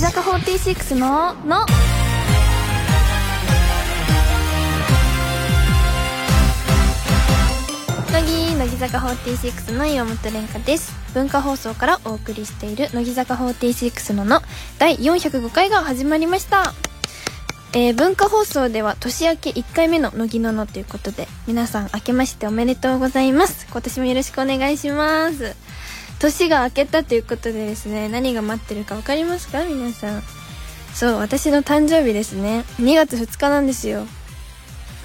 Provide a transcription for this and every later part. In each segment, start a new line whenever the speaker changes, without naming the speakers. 坂46のの乃木乃木坂46の岩本蓮香です文化放送からお送りしている乃木坂46のの第405回が始まりましたえー文化放送では年明け1回目の乃木ののということで皆さん明けましておめでとうございます今年もよろしくお願いします年が明けたということでですね何が待ってるか分かりますか皆さんそう私の誕生日ですね2月2日なんですよ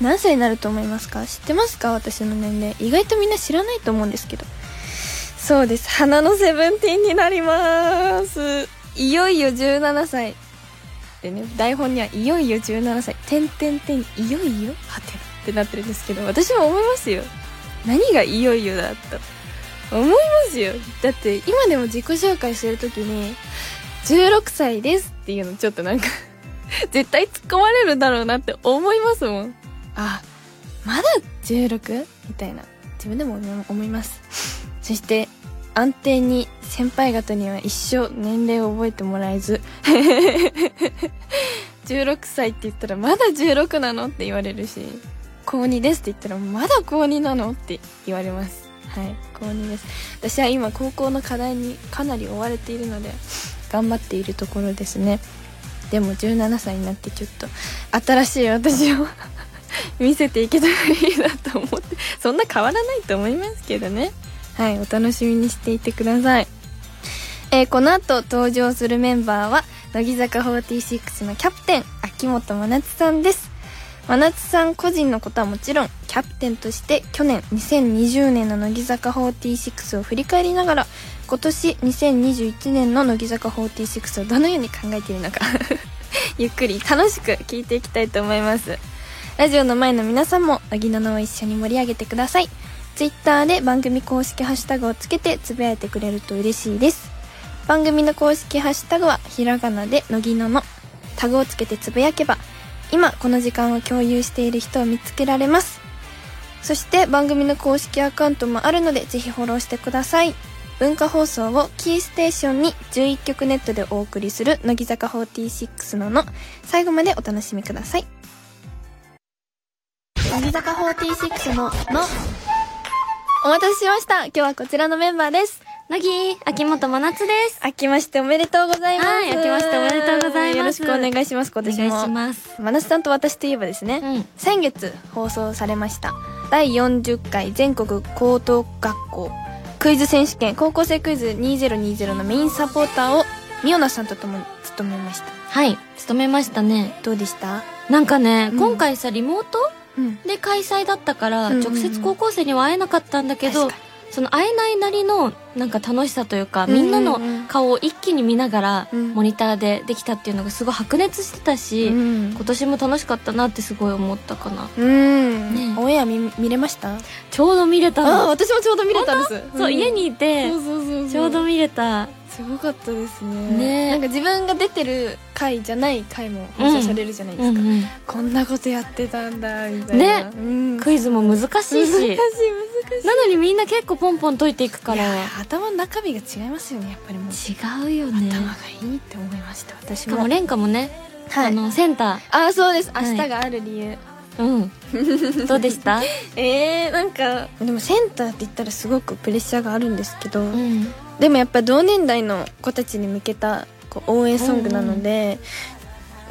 何歳になると思いますか知ってますか私の年齢意外とみんな知らないと思うんですけどそうです花のセブンティーンになりますいよいよ17歳でね台本には「いよいよ17歳」「てんてんてんいよいよ」はてなってなってるんですけど私も思いますよ何が「いよいよ」だと思いますよだって今でも自己紹介してる時に「16歳です」っていうのちょっとなんか 絶対突っ込まれるだろうなって思いますもんあまだ 16? みたいな自分でも思います そして安定に先輩方には一生年齢を覚えてもらえ ず16歳って言ったらまだ16なのって言われるし高2ですって言ったらまだ高2なのって言われますはい高2です私は今高校の課題にかなり追われているので頑張っているところですねでも17歳になってちょっと新しい私を見せていけたらいいなと思ってそんな変わらないと思いますけどねはい、お楽しみにしていてください。えーこの後登場するメンバーは、乃木坂46のキャプテン、秋元真夏さんです。真夏さん個人のことはもちろん、キャプテンとして去年2020年の乃木坂46を振り返りながら、今年2021年の乃木坂46をどのように考えているのか、 ゆっくり楽しく聞いていきたいと思います。ラジオの前の皆さんも、乃木ののを一緒に盛り上げてください。ツイッターで番組公式ハッシュタグをつけてつぶやいてくれると嬉しいです。番組の公式ハッシュタグはひらがなで乃木ののタグをつけてつぶやけば今この時間を共有している人を見つけられます。そして番組の公式アカウントもあるのでぜひフォローしてください。文化放送をキーステーションに11曲ネットでお送りする乃木坂46のの最後までお楽しみください。乃木坂46ののお待たせしました。今日はこちらのメンバーです。
乃木秋元真夏です
明けましておめでとうございます。
はい明けましておめでとうございます
よろしくお願いします、今
お願
年
い
も。
します
真夏さんと私といえばですね、
うん
先月放送されました第40回全国高等学校クイズ選手権高校生クイズ2020のメインサポーターをミオナさんと共に務めました。
はい務めましたね
どうでした
なんかね、
うん
今回さリモート
うん。
で開催だったから、
うんうんうん
直接高校生には会えなかったんだけど
確か
その会えないなりのなんか楽しさというか、
うんうんうん
みんなの顔を一気に見ながら、
うん
モニターでできたっていうのがすごい白熱してたし、
うん
今年も楽しかったなってすごい思ったかな
うん、
ね
オンエア見見れました
ちょうど見れた
あ
の
私もちょうど見れたんです。
そう、
ん
家にいて
そうそうそうそう
ちょうど見れた
すごかったですね
ね
なんか自分が出てる回じゃない回も放送されるじゃないですか、
うんうん
こんなことやってたんだみたいな
ね
うん
クイズも難しい
難しい
し
難しい
なのにみんな結構ポンポン解いていくか
い
ら
や頭の中身が違いますよねやっぱりもう、
違うよね
頭がいいって思いました私
しか
も
も蓮華もね、
は
あ
い
のセンタ
あそうです
はい
明日がある理由、
ーうんどう でした
えー、なんかでもセンターって言ったらすごくプレッシャーがあるんですけど、
うん
でもやっぱ同年代の子たちに向けたこう応援ソングなので、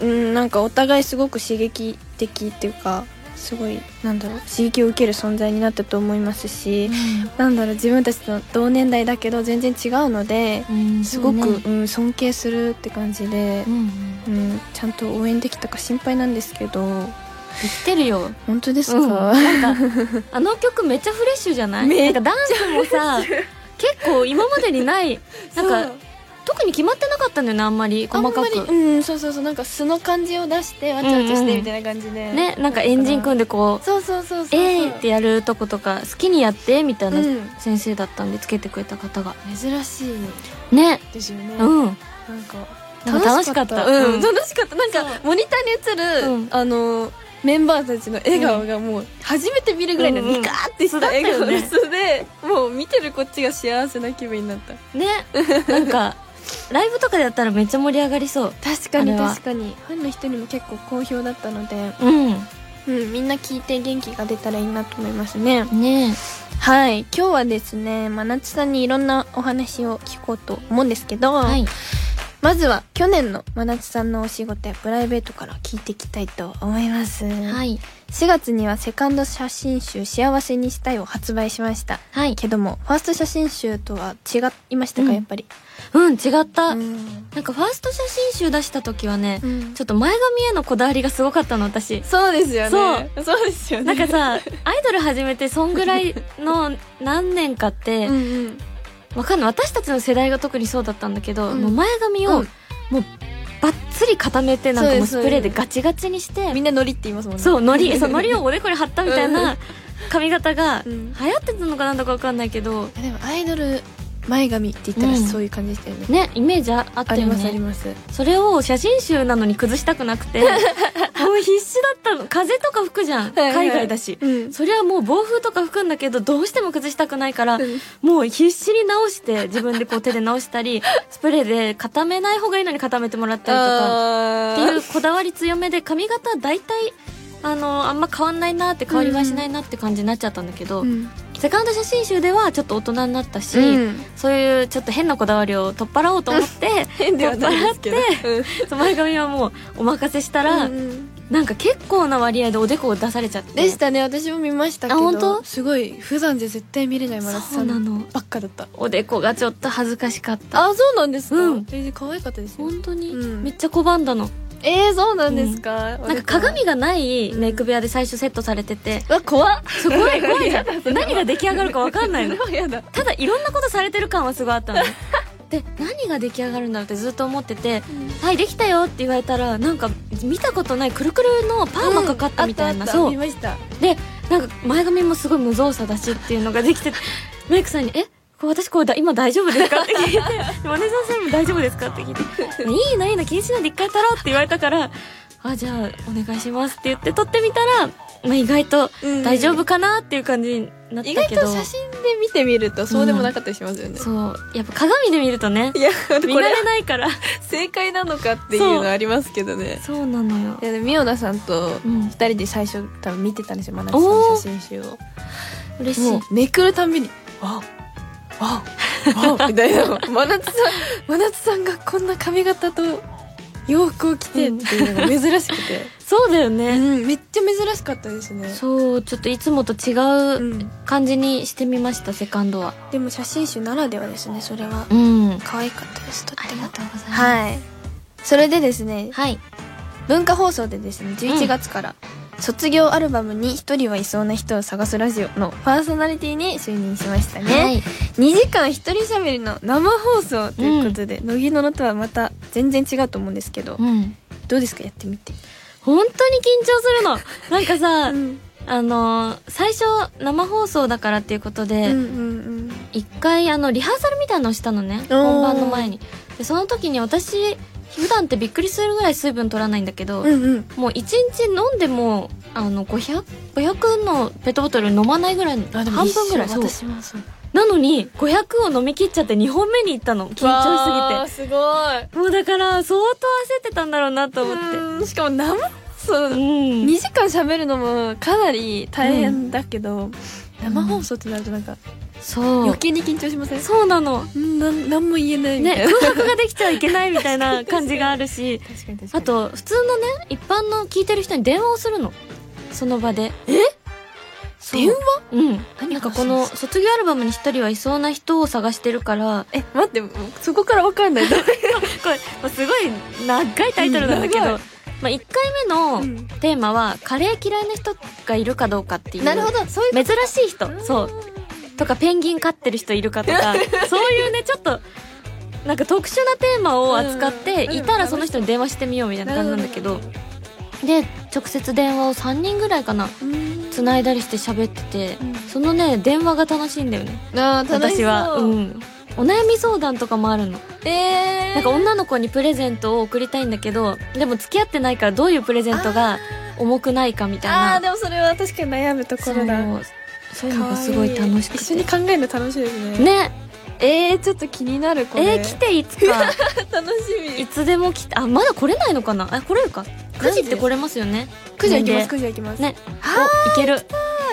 うんなんかお互いすごく刺激的っていうかすごいなんだろう刺激を受ける存在になったと思いますし、なんだろう自分たちと同年代だけど全然違うので、
うん
すごく、
そうね
うん、尊敬するって感じで
う、ん
うんちゃんと応援できたか心配なんですけど
生きてるよ
本当です
うん
か、
なんかあの曲めっちゃフレッシュじゃない
めっ
なんかダンスもさ結構今までに ないなんか
か
特に決まってなかったんだよねあんまり細か
あんまり
く
うんそうそうそうなんか素の感じを出してわちゃわちゃしてみたいな感じで、
ねなんかエンジン組んでこう
そうそうそう
「
そう
えー!」ってやるとことか好きにやってみたいな
うん
先生だったんでつけてくれた方が
珍しい
ね
ですよね、
うん
なんか
なんか楽しかった
うん、
うん
楽しかったなんかモニターに映る、
うん
あのメンバーたちの笑顔がもう初めて見るぐらいの
うんうん
ニカーってした笑顔で
素
すで、もう見てるこっちが幸せな気分になった
ねなんかライブとかでやったらめっちゃ盛り上がりそう
確か
あ
に
れは
確かにファンの人にも結構好評だったので、
うん
うん、みんな聞いて元気が出たらいいなと思いますね
ね
はい今日はですね真夏さんにいろんなお話を聞こうと思うんですけど、
えはい
まずは去年の真夏さんのお仕事やプライベートから聞いていきたいと思います、
は
はい、
い
4月にはセカンド写真集「幸せにしたい」を発売しました
はい
けどもファースト写真集とは違いましたか、
うん
やっぱり
うん違った、
うん
なんかファースト写真集出した時はね、
うん
ちょっと前髪へのこだわりがすごかったの私
そうですよねそうですよね
なんか さアイドル始めてそんぐらいの何年かって、
うんうん
わかんない私たちの世代が特にそうだったんだけど、
うん
もう前髪を、
うん
もうバッツリ固めてなんかもう
そ
ス
うです
プレーでガチガチにして
みんなノリって言いますもんね
そうのりそうのりをおでこに貼ったみたい
うん
な髪型が
う
流行
ん
ってたのかなんだかわかんないけど
でもアイドル前髪って言ったら
うん
そういう感じでしたよね、
ねイメージあった
あり
よ
ますあり
ね
ます
それを写真集なのに崩したくなく てもう必死だったの風とか吹くじゃん
はいはい
海外だし
うん
それはもう暴風とか吹くんだけどどうしても崩したくないからもう必死に直して自分でこう手で直し たりスプレーで固めない方がいいのに固めてもらったりと
あ
かっていうこだわり強めで髪型大体あのあんま変わんないなって変わりはしないなって感じになっちゃったんだけど、
うん
セカンド写真集ではちょっと大人になったし、
うん
そういうちょっと変なこだわりを取っ払おうと思って
変ではないですけど
取っそう前髪はもうお任せしたら、
うんうん
なんか結構な割合でおでこを出されちゃって
でしたね私も見ましたけど
あ本当
すごい普段じゃ絶対見れないマラ
そ
ソ
う
ン
なの
ばっかだった
おでこがちょっと恥ずかしかった
あそうなんですか、
うん
えー可愛かったですよ
本当に、
うん
めっちゃ拒んだの
えー、そうなんですか、
なんか鏡がないメイク部屋で最初セットされてて、
うわ怖っ
すごい怖い じゃん何が出来上がるか分かんないの
それはやだ
ただいろんなことされてる感はすごいあったの で何が出来上がるんだろうってずっと思ってて「はいできたよ」って言われたらなんか見たことないくるくるのパーマかかったみたいな、
うんあっあっ
そ
見
う
ました
でなんか前髪もすごい無造作だしっていうのができ てメイクさんに「えこれ私これだ今大丈夫ですか?」って聞いて「 マネージャーさんにも大丈夫ですか?」って聞いて「いいのいいの気にしないで一回撮ろう」って言われたから「あじゃあお願いします」って言って撮ってみたら、まあ、意外と
うん
大丈夫かなっていう感じになったけ
意
ど、
外と写真で見てみるとそうでもなかったりしますよね、
そうやっぱ鏡で見るとね
いや
見
こ
慣
れ
れないから
正解なのかっていうのありますけどね
そうなのよ
い、やでもミオナさんと
うん
二人で最初多分見てたんですよマナさんの写真集を
嬉しい
もうめくるたんびに「わおわお わお」みたいな真夏さん真夏さんがこんな髪型と洋服を着てっていうのが珍しくて、
そうだよ
う
ね、
ん、めっちゃ珍しかったですね、
そうちょっといつもと違う
うん、
感じにしてみましたセカンドは
でも写真集ならではですねそれは
うん
可愛かったですとっ
あ
て
りが
も
とうございます
はいそれでですね
はい
文化放送でですね11月から、卒業アルバムに一人はいそうな人を探すラジオのパーソナリティに就任しましたね、
はい
2時間一人喋りの生放送ということで、乃木ののとはまた全然違うと思うんですけど、
うん
どうですかやってみて、
本当に緊張する のなんかさ、
ん、
あのー最初生放送だからっていうこと
うんう
で
ん
一、回あのリハーサルみたいのをしたのね
おー
本番の前にでその時に私普段ってびっくりするぐらい水分取らないんだけど、
うんうんうん
もう1日飲んでもあの 500, 500のペットボトル飲まないぐらい半分ぐらいそう
私もそう
なのに500を飲み切っちゃって2本目に行ったの緊張し
すぎてすご
すぎてもうだから相当焦ってたんだろうなと思って
いしかも生放送、
う
二
ん
2時間喋るのもかなり大変だけど、生放送ってなるとなんか
そ
余
う
計に緊張しません、
そうなの
うん、なん何も言えないみたい
ね
な、
空白ができちゃいけないみたいな感じがあるし
確かに確か
あ
に
と普通のね一般の聞いてる人に電話をするのその場でえ
電話
うん
何
なんかこの卒業アルバムに一人はいそうな人を探してるから
え待ってそこからわかんない
これ、まあすごい長いタイトルなんだけど、
うん長
ま
い
あ、1回目のテーマは、カレー嫌いな人がいるかどうかっていう。
なるほどそういう
珍しい人、そう。とか、ペンギン飼ってる人いるかとか、 そういうね、ちょっと、なんか特殊なテーマを扱って、
うん
いたらその人に電話してみようみたいな感じなんだけど、で、直接電話を3人ぐらいかな、
つ
繋いだりして喋ってて
うん、
そのね、電話が楽しいんだよね。
あー楽しそ
私
う
は。うん。お悩み相談とかもあるの。
えー、
なんか女の子にプレゼントを贈りたいんだけどでも付き合ってないからどういうプレゼントが重くないかみたい
あ
な
ーでもそれは確かに悩むとこ
そう
ろだ
そういうのがすごい楽しくて
一緒に考えるの楽しいですね
ね
えー、ちょっと気になるこれ
えー、来ていつか
楽しみ
いつでも来てあまだ来れないのかなあ来れるか9時って来れますよね
9時は行きます
年齢
9時は行きます、
ね
は
おいける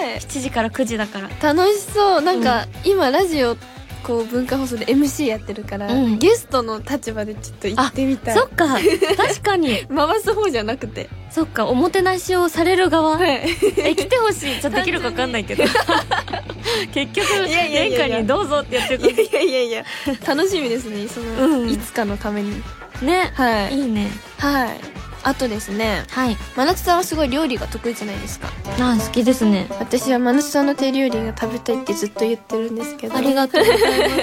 ーい
7時から9時だから
楽しそうなんか、今ラジオこう文化放送で MC やってるから、
うん
ゲストの立場でちょっと行ってみたい
そっか確かに
回す方じゃなくて
そっかおもてなしをされる側
はい
え来てほしいじゃあできるか分かんない けど結局
いやいやいや
殿下にどうぞってやって る
い
か
やいやいやいや楽しみですねその、
うん
いつかのために
らね
はい
いいね
はいあとですね
はい
真夏さんはすごい料理が得意じゃないですか
あ好きですね
私は真夏さんの手料理が食べたいってずっと言ってるんですけど
ありがとうございます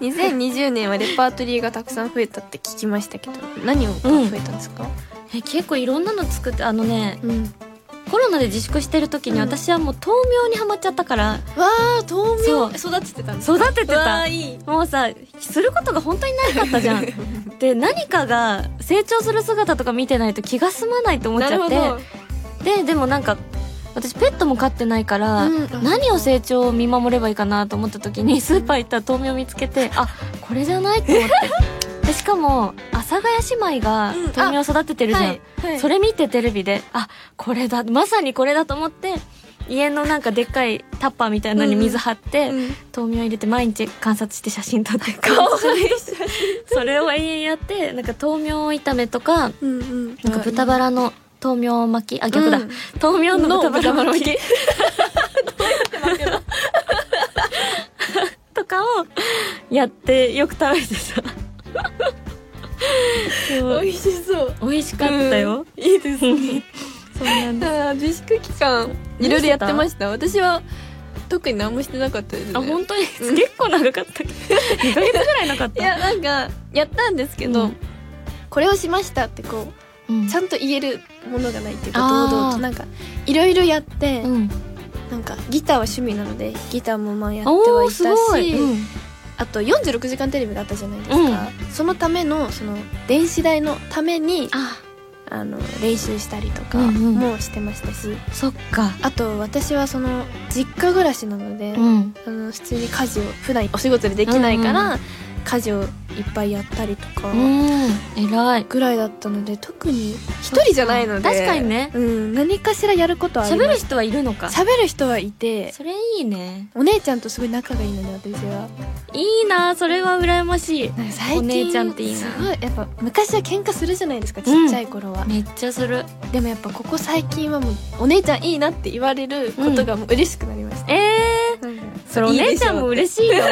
2020年はレパートリーがたくさん増えたって聞きましたけど何を増えたんですか、
え結構いろんなの作ってあのね
うん
コロナで自粛してる時に
うん
私はもう豆苗にハマっちゃったから
わあ豆
苗
育ててたん
育ててた
いい
もうさすることが本当になかったじゃん で何かが成長する姿とか見てないと気が済まないと思っ
な
ち
る
ゃ
ほ
っ
ど
てででもなんか私ペットも飼ってないから、
うん
何を成長を見守ればいいかなと思った時にスーパー行ったら豆苗見つけてあこれじゃないと思 ってでしかも阿佐ヶ谷姉妹が
うん
豆苗育ててるじゃん、
はい、はい、
そ
れ
れ見てテレビであこれだまさにこれだと思って家のなんかでっかいタッパーみたいなのに水張って、豆苗入れて毎日観察して写真撮って
かわいい
それを延々やってなんか豆苗炒めとか
うんうん
なんか豚バラの豆苗巻きあ逆だ、
うん
豆苗の
の
豚
豚
バ
バラ
ラ巻
巻
き
き
とかをやってよく食べて たそう
美味しそう
美味しかったよ、
いいですね
そうなんだ
あー自粛期間いろいろやってました私は特に何もしてなかったですね
あ本当に、
うん
結構長かったけど2ヶ月ぐらいなかっ
い
た
やなんかやったんですけど、
うん
これをしましたってこう
うん
ちゃんと言えるものがないっていうか
あー
堂々となんかいろいろやって、
うん
なんかギターは趣味なのでギターもまあやって
お
はい
ー
た
すご
し、
い、うん
あと46時間テレビがあったじゃないですか、そのためのその電子代のために
あ
あの練習したりとか
うんうん
もしてましたし、
そっか
あと私はその実家暮らしなので、
うん
あの普通に家事を普段お仕事でできないから、
うんう
家事をいっぱいやったりとか
うん偉い
ぐらいだったので特に一人じゃないので
確かにね
うん、何かしらやることはあり
喋
ま
る
す
人はいるのか
喋る人はいて
それいいね
お姉ちゃんとすごい仲がいいので私はい
いなそれは羨ましい
なんか最近
お姉ちゃんっていいな
すごいやっぱ昔は喧嘩するじゃないですかちっちゃい頃は、
めっちゃする
でもやっぱここ最近はもうお姉ちゃんいいなって言われることがもう嬉しくなりました、
ええ
なんか
それお姉ちゃんも
いいでし
嬉しいよ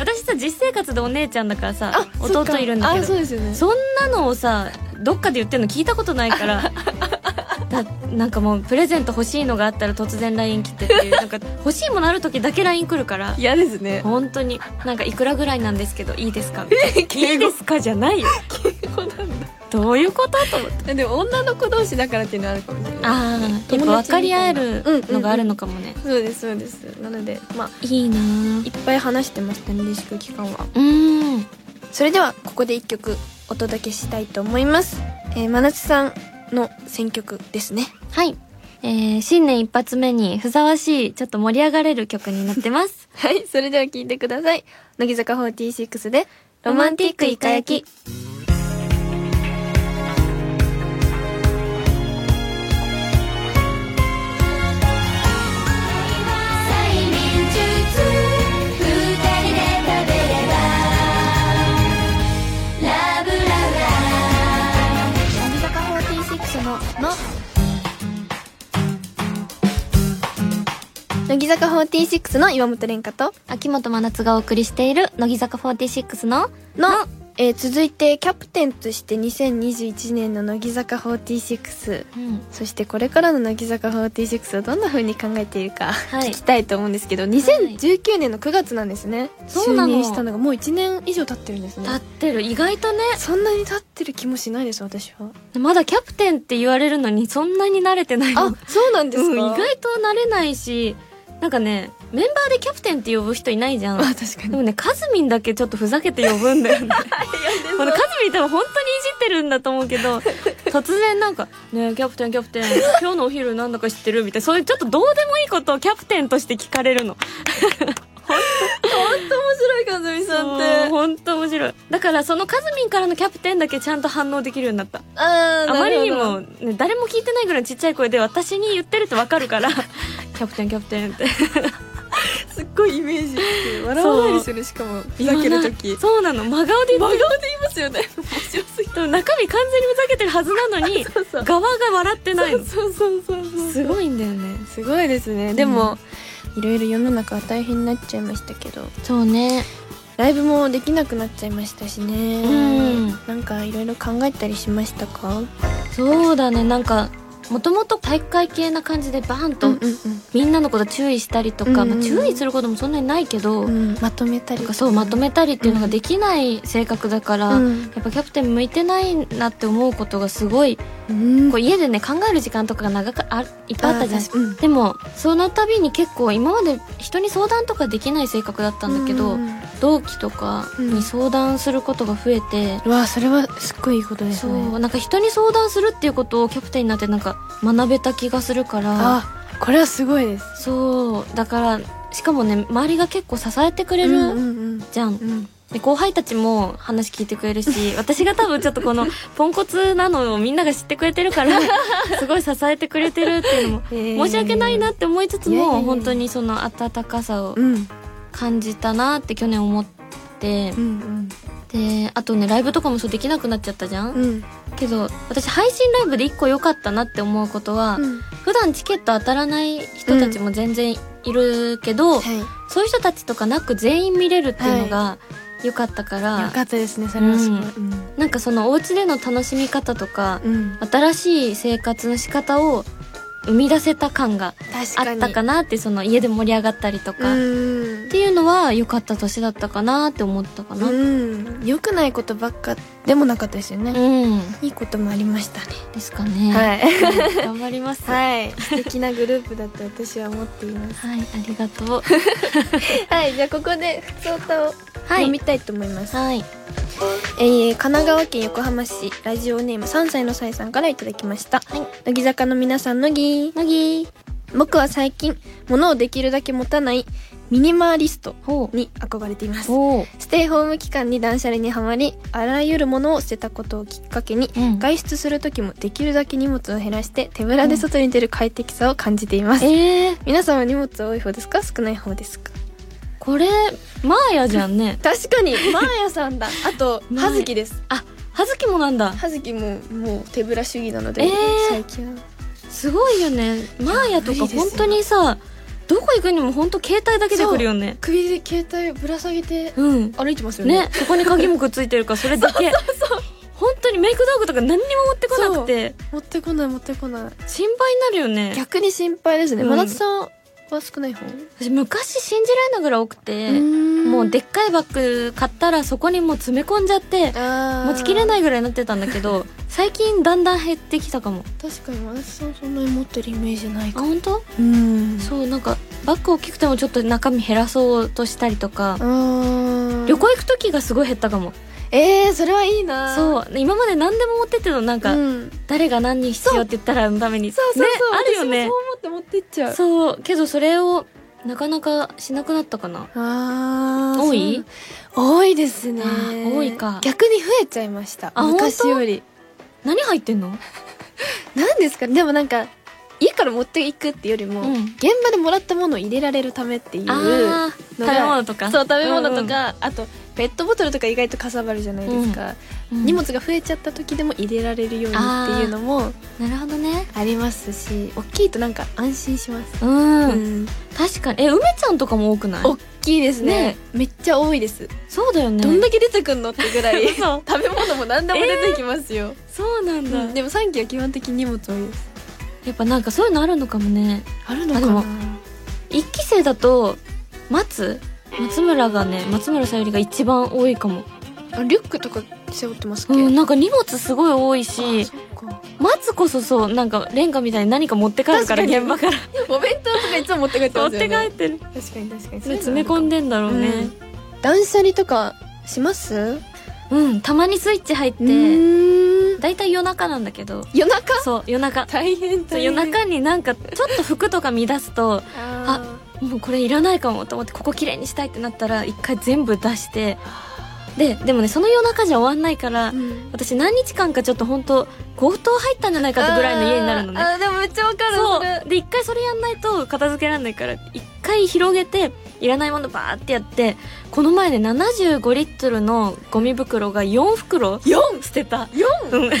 私さ実生活でお姉ちゃんだからさ
ょってあそっか
弟いるんだけ
あ
ど
そうですよね
そんなのをさどっかで言ってるの聞いたことないから だなんかもうプレゼント欲しいのがあったら突然 LINE 来てって いうなんか欲しいものある時だけ LINE 来るから
嫌です ね
本当になんかいくらぐらいなんですけどいいですかみ たいないいですかじゃないよどういうことと思って
でも女の子同士だからっていうのはあるかもしれない
ああやっぱ分かり合えるのがあるのかもね、
そうですそうですなのでまあ
いいなー
いっぱい話してましたね自粛期間は
うん
それではここで一曲お届けしたいと思います、えー、真夏さんの選曲ですね
はい、えー、新年一発目にふさわしいちょっと盛り上がれる曲になってます
はいそれでは聴いてください乃木坂46で「ロマンティックイカ焼き」
催眠術二人で食べればラブラ
乃木坂46の「の」乃木坂46の岩本蓮香と
秋元真夏がお送りしている乃木坂46の
の、えー続いてキャプテンとして2021年の乃木坂46
うん
そしてこれからの乃木坂46をどんな風に考えているか、
はい
聞きたいと思うんですけど2019年の9月なんですね、
そうなの
就任したのがもう1年以上経ってるんですね
立ってる意外とね
そんなに経ってる気もしないです私は
まだキャプテンって言われるのにそんなに慣れてないの
あそうなんですか、
うん、意外と慣れないしなんかねメンバーでキャプテンって呼ぶ人いないじゃん
あ確か
で
に
もねカズミンだけちょっとふざけて呼ぶんだ よねこのカズミン多分本当にいじってるんだと思う けど突然なんか「ねえキャプテンキャプテン今日のお昼なんだか知ってる?」みたいなそういうちょっとどうでもいいことをキャプテンとして聞かれるの
本当面白いかずみ
さんんと面白いだからそのカズミンからのキャプテンだけちゃんと反応できるようになった
あ
あまりに
なるほ
も、ね、誰も聞いてないぐらいのちっちゃい声で私に言ってるってわかるから キャプテンキャプテンって
どすっごいイメージって笑わないですよねしかもふざけるとき
今なそうなの真顔で言っ
言
てる
いますよね面白すぎ
でも中身完全にふざけてるはずなのに
そうそう
側が笑ってないの
そうそうそうそう
すごいんだよね
すごいですねでも、いろいろ世の中は大変になっちゃいましたけど
そうね
ライブもできなくなっちゃいましたしね
うん
なんかいろいろ考えたりしましたか
そうだねなんかもともと体育会系な感じでバーンと、
うんうん
みんなのこと注意したりとか、
うんうん
まあ、注意することもそんなにないけど、
うんうんまとめたり
なんかそうまとめたりっていうのができない性格だから、
うん
やっぱキャプテン向いてないなって思うことがすごい、
うん
こう家でね考える時間とかが長かあいっぱいあったじゃん
あー確かにうん
でもその度に結構今まで人に相談とかできない性格だったんだけど、
うん
同期とかに相談することが増えて、
うわそれはすっごいいいことです
そ
ね
うなんか人に相談するっていうことをキャプテンになってなんか学べた気がするから
あこれはすごいです
そうだからしかもね周りが結構支えてくれ
うんう
る
ん
じゃ
う
ん、
ん
で後輩たちも話聞いてくれ るし私が多分ちょっとこのポンコツなのをみんなが知ってくれてるから すごい支えてくれてるっていうのも申し訳ないなって思いつつ
いやいやい
も
や
本当にその温かさを
うんうん
感じたなって去年思って
うん
であとねライブとかもそうできなくなっちゃったじゃん、
うん
けど私配信ライブで一個良かったなって思うことは、
うん
普段チケット当たらない人たちも全然いるけど、
はいよ
そういう人たちとかなく全員見れるっていうのが良かったから、
かったですねそれはすごいうん
なんかそのお家での楽しみ方とか、
うん
新しい生活の仕方を生み出せた感が
確
あ
か
っ
に
たかなってその家で盛り上がったりとか、っ
うん
ていうのは良かった年だったかなって思ったかな。うん
うん良くないことばっかでもなかったですよねいいこともありましたね
ですかね。
い
頑張ります。はい、
はい素敵なグループだと私は思っています
ありがとう。
はいじゃあここで普通歌を
はい
飲みたいと思います、
はい。
えー神奈川県横浜市ラジオネーム3歳のさいさんからいただきました、
はい
乃木坂の皆さん乃木
乃木。
僕は最近物をできるだけ持たないミニマリスト
ほう。
に憧れています
ほう。
ステイホーム期間に断捨離にはまりあらゆるものを捨てたことをきっかけに、
うん
外出する時もできるだけ荷物を減らして手ぶらで外に出る快適さを感じています、
えー、
皆さんは荷物多い方ですか少ない方ですか
これマーヤじゃんね。
確 かにマーヤさんだあと
前
葉月です
あ、葉月もなんだ。
葉月ももう手ぶら主義なので、
えー
最近は
すごいよね。マーヤとか本当にさ、どこ行くにも本当携帯だけで来るよね。
首で携帯ぶら下げて
うん。
歩いてますよね
ね、ここに鍵もくっついてる からそれだけ。本当にメイク道具とか何にも持ってこなくて
持ってこない持ってこない
心配になるよね。
逆に心配ですね、
うん
真夏さんは少ない方
私昔信じられなぐらい多くて、もうでっかいバッグ買ったらそこにもう詰め込んじゃって持
持
ちきれ
い
ないぐらいになってたんだけど、最近だんだん減ってきたかも。
確かに真夏さんそんなに持ってるイメージない
あ
かも
本当？
うん
そうなんかバッグ大きくてもちょっと中身減らそうとしたりとか、旅
旅
行行く時がすごい減ったかも
えー、それはいいなう
そう今まで何でも持ってってのなんか、
うん、
誰が何に必要って言ったらのために
そうそうそう、
ね、あるよ
私
ね
もそう思って持ってっちゃう
そうけどそれをなかなかしなくなったかな
あー
多い
そう多いですね
あー多いか
逆に増えちゃいました
あ
昔より
何入ってんの
なんですかねでもなんか家から持っていくってよりも、
うん
現場でもらったものを入れられるためっていう
あー
の
食
が
べ物とか
そう食べ物と
うん
か、あとペットボトルとか意外とかさばるじゃないですか、
うん
荷物が増えちゃった時でも入れられるようにっていうのも
なるほどね
ありますし大きいとなんか安心します、
うん、
うん、
確かにえ梅ちゃんとかも多くない
大きいですね
ね
めっちゃ多いです、
そうだよね
どんだけ出てくんのってぐら い 食
嘘
べ物も何でも出てきますよ、
そうなんだ、
うんでも3期は基本的に荷物多いです
やっぱなんかそういうのあるのかもね
あるの
か
か
な
な
一期生だと松松村がね松村さゆりが一番多いかも、
リュックとか背負ってますっけ、
うん、なんか荷物すごい多い
あ
し
そっか
松こそそうなんかレンガみたいに何か持って帰るから
確かに
現場から
お弁当とかいつも持って帰って
持
ま
っ
すよね
て帰ってる
確かに確かに
それ詰め込ん
で
でんだろうね
断捨離とかします
うん、たまにスイッチ入っ
う
て
ーん
だいたい夜中なんだけど
夜中
そう夜中
大変
そう
大
夜
変
中になんかちょっと服とか乱すと
あ
もうこれいらないかもと思ってここ綺麗にしたいってなったら一回全部出してででもねその夜中じゃ終わんないから、
ん
私何日間かちょっと本当強盗入ったんじゃないかってぐらいの家になるのね
あーあーでもめっちゃわかる
そ
そうれ
で一回それやんないと片付けられないから一回広げていらないものバーってやってこの前ね75リットルのゴミ袋が4袋4捨てた
4
うんや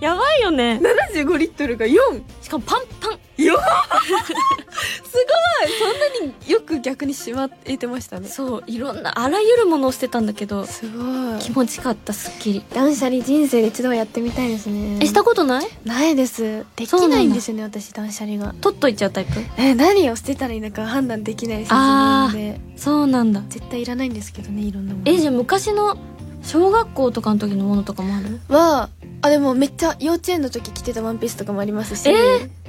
やばいよね
75リットルが4すごい
しかもパンパン
そんなによく逆にしまえてましたね
そういろんなあらゆるものを捨てたんだけど
すごい
気持ちかったすっきり
断捨離人生で一度はやってみたいですね
えしたことない
ないですで
そ
き
うなんだ
ないんですよね私断捨離が
取っといちゃうタイプ
え何を捨てたらいいのか判断できないですなので
そうなんだ
絶対いらないんですけどねいろんなもの
えじゃあ昔の小学校とかの時のものとかもある
はあでもめっちゃ幼稚園の時着てたワンピースとかもありますし
え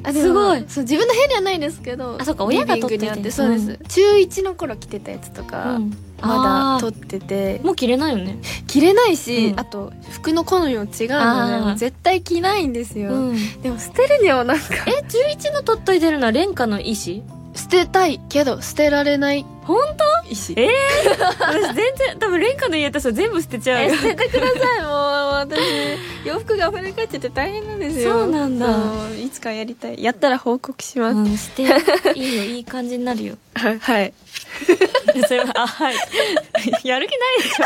あでも
すごい
そう自分の部屋にはないですけど
あそっか親が
リビングにあ
取ってて
そうです、
うん
中1の頃着てたやつとか、
うん
ま
あー
だ取ってて
もう着れないよね
着れないし、
うん
あと服の好みも違うので
あー
もう絶対着ないんですよ、
うん
でも捨てるにはなんか
え11の取っといてるのは廉価の意思
捨てたいけど捨てられない
本
意思
え私全然多分廉価の家ってさ全部捨てちゃう
え捨ててくださいもう私洋服が溢れ返ってて大変なんですよ
そうなんだ
そういつかやりたいやったら報告します、
うん捨ていいよいい感じになるよ
はい
それはあ はいやる気ないでしょしか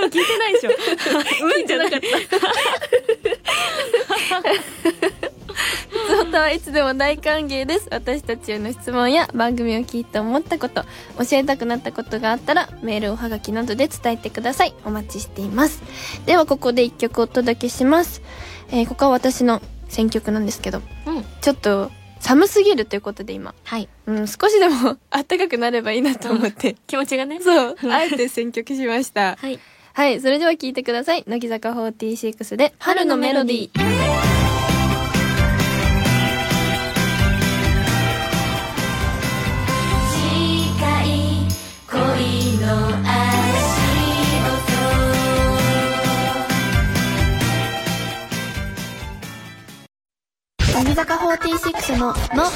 も聞いてないで しょうんじゃなかった
質問とはいつでも大歓迎です私たちへの質問や番組を聞いて思ったこと教えたくなったことがあったらメールおはがきなどで伝えてくださいお待ちしていますではここで一曲お届けします、えーここは私の選曲なんですけど
うん
ちょっと寒すぎるということで今、
はい
うん、少しでも 暖かくなればいいなと思って
気持ちがね
そうあえて選曲しました
はい
はいそれでは聴いてください乃木坂46で「春のメロディー」
「近い恋の足音」
乃木坂46の「の」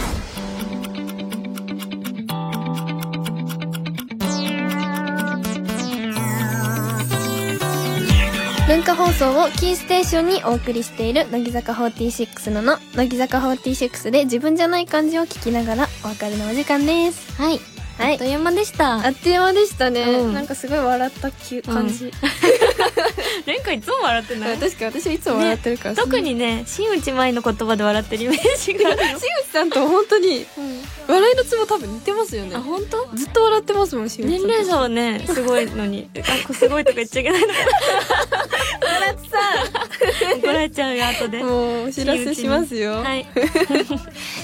文化放送をキーステーションにお送りしている乃木坂46のの乃木坂46で自分じゃない感じを聞きながらお別れのお時間です
はい
は
あっ
い
という間でした
あっという間でしたね、
うん
なんかすごい笑ったき感じ、
廉価いつも笑ってない
確か私はいつも笑ってるから、
特にね新内舞の言葉で笑ってるイメージがあるよ
新内さんと本当に笑いのツボ多分似てますよね
あ本当
ずっと笑ってますもん新内さ
年
ん
齢差はねすごいのにあこすごいとか言っちゃいけないのかな怒られちゃうよ後で
もうお知らせしますよ、
はい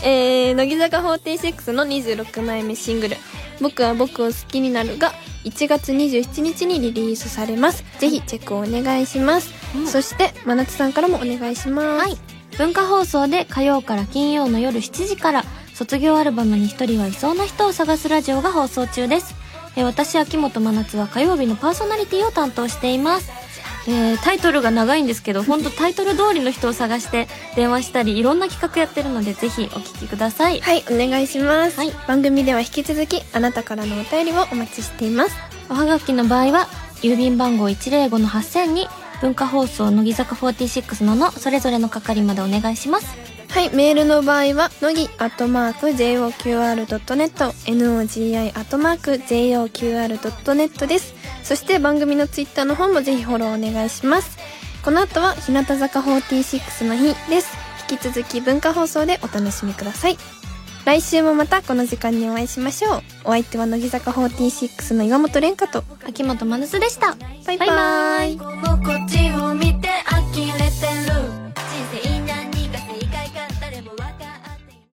えー、乃木坂46の26枚目シングル「僕は僕を好きになる」が1月27日にリリースされますぜひチェックをお願いします、
うん
そして真夏さんからもお願いします、
はい、文化放送で火曜から金曜の夜7時から卒業アルバムに一人はいそうな人を探すラジオが放送中ですえー私秋元真夏は火曜日のパーソナリティを担当していますえータイトルが長いんですけど本当タイトル通りの人を探して電話したりいろんな企画やってるのでぜひお聞きください
はい、お願いします、
はい
番組では引き続きあなたからのお便りをお待ちしています
おはがきの場合は郵便番号105の8000に文化放送乃木坂46ののそれぞれの係までお願いします
はい、メールの場合は、のぎ、アットマーク、joqr.net、nogi、アットマーク、joqr.net です。そして番組のツイッターの方もぜひフォローお願いします。この後は、日向坂46の日です。引き続き文化放送でお楽しみください。来週もまたこの時間にお会いしましょう。お相手は乃木坂46の岩本蓮香と、
秋元真夏でした
バイババイバー
「
イ
この